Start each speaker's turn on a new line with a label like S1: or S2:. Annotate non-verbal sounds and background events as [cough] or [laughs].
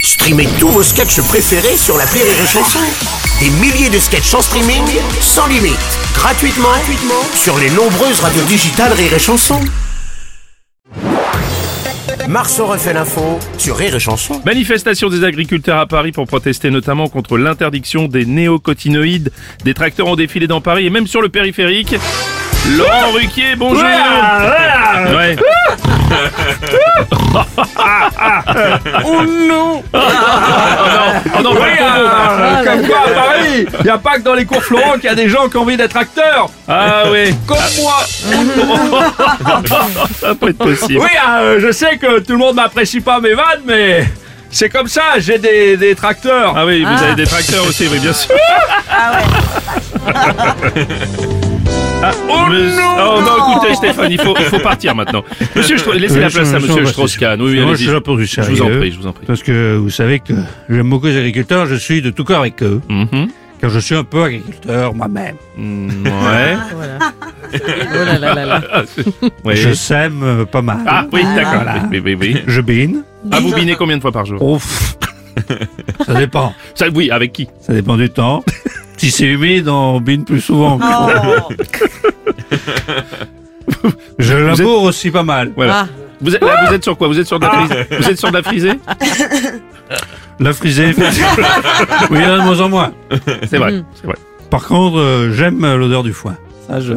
S1: Streamez tous vos sketchs préférés sur la Rire et Chanson. Des milliers de sketchs en streaming, sans limite, gratuitement, gratuitement sur les nombreuses radios digitales Rire et Chanson. Marceau refait l'info sur Rire et Chanson.
S2: Manifestation des agriculteurs à Paris pour protester notamment contre l'interdiction des néocotinoïdes. Des tracteurs ont défilé dans Paris et même sur le périphérique. Laurent Ruquier, bonjour Ouais.
S3: Oh non
S2: Oh non, oh non, pas le combo.
S3: Ah,
S2: Ah,
S3: Comme quoi, à Paris, il n'y a pas que dans les cours Florent qu'il y a des gens qui ont envie d'être acteurs, Euh,
S2: Ah oui,
S3: comme moi
S2: [laughs] ça peut être possible.
S3: Oui, euh, je sais que tout le monde m'apprécie pas mes vannes, mais c'est comme ça, j'ai des, des tracteurs.
S2: Ah oui, vous avez des tracteurs aussi, oui, bien sûr. [laughs] Ah ouais. oh, non, oh non, écoutez Stéphane, il faut, il faut partir maintenant. Monsieur, Stro- laissez la
S4: Euh,
S2: place à
S4: Jean-
S2: Monsieur
S4: Jean-
S2: Strauss-Kahn. Oui, oui,
S4: Moi,
S2: allez-y.
S4: je suis un peu
S2: Je vous en
S4: sérieux.
S2: prie, je vous en prie.
S4: Parce que vous savez que j'aime beaucoup les agriculteurs, je suis de tout cœur avec eux.
S2: Mhm.
S4: Car je suis un peu agriculteur moi-même.
S2: Mm, ouais. Ouais.
S4: Je sème euh, pas mal.
S2: Ah oui, d'accord.
S4: Voilà.
S2: Oui, oui, oui.
S4: Je bine.
S2: Ah, vous binez combien de fois par jour
S4: Ouf. [laughs] ça dépend.
S2: Ça, Oui, avec qui
S4: Ça dépend
S2: [laughs]
S4: du temps. Si c'est humide, on bine plus souvent. [laughs] Je laboure aussi pas mal.
S2: Voilà. Vous, êtes, là, vous êtes sur quoi Vous êtes sur de la frisée Vous êtes sur de la frisée
S4: La frisée.
S2: [laughs]
S4: oui, il y en a de moins en moins.
S2: C'est vrai, c'est vrai.
S4: Par contre, euh, j'aime l'odeur du foin. Ça, je...